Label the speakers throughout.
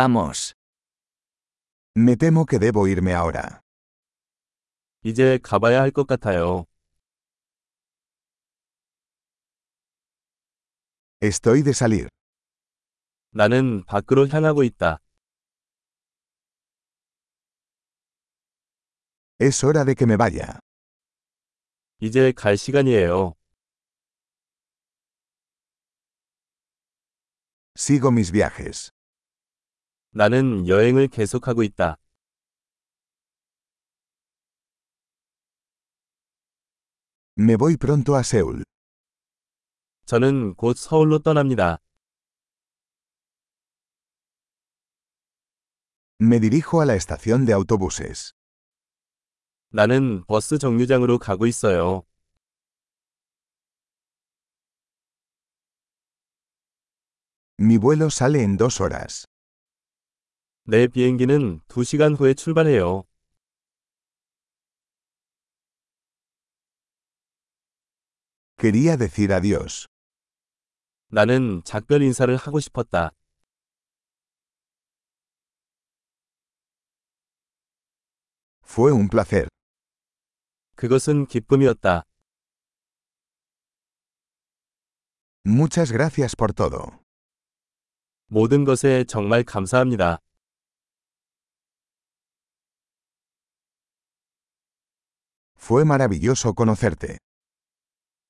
Speaker 1: Vamos.
Speaker 2: Me temo que debo irme ahora.
Speaker 3: 이제 가봐야 할 것 같아요.
Speaker 2: Estoy de salir.
Speaker 3: 나는 밖으로 향하고 있다.
Speaker 2: Es hora de que me vaya.
Speaker 3: 이제 갈 시간이에요.
Speaker 2: Sigo mis viajes.
Speaker 3: 나는 여행을 계속하고 있다.
Speaker 2: Me voy pronto a Seúl.
Speaker 3: 저는 곧 서울로 떠납니다.
Speaker 2: Me dirijo a la estación de autobuses.
Speaker 3: 나는 버스 정류장으로 가고 있어요.
Speaker 2: Mi vuelo sale en dos horas.
Speaker 3: 내 비행기는 2시간 후에 출발해요.
Speaker 2: Quería decir adiós.
Speaker 3: 나는 작별 인사를 하고 싶었다.
Speaker 2: Fue un placer.
Speaker 3: 그것은 기쁨이었다.
Speaker 2: Muchas gracias por todo.
Speaker 3: 모든 것에 정말 감사합니다.
Speaker 2: Fue maravilloso conocerte.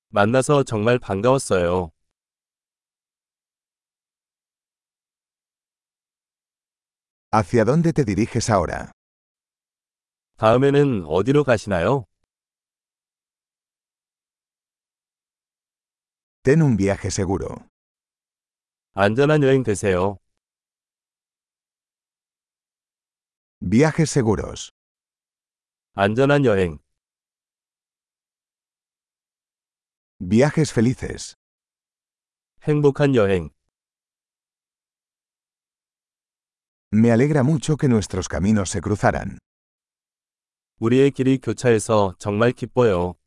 Speaker 3: 만나서 정말 반가웠어요.
Speaker 2: ¿Hacia dónde te diriges ahora?
Speaker 3: 다음에는 어디로 가시나요?
Speaker 2: Ten un viaje seguro.
Speaker 3: 안전한 여행 되세요.
Speaker 2: Viajes seguros.
Speaker 3: 안전한 여행.
Speaker 2: Viajes felices.
Speaker 3: 행복한 여행.
Speaker 2: Me alegra mucho que nuestros caminos se cruzaran.
Speaker 3: 우리의 길이 교차해서 정말 기뻐요.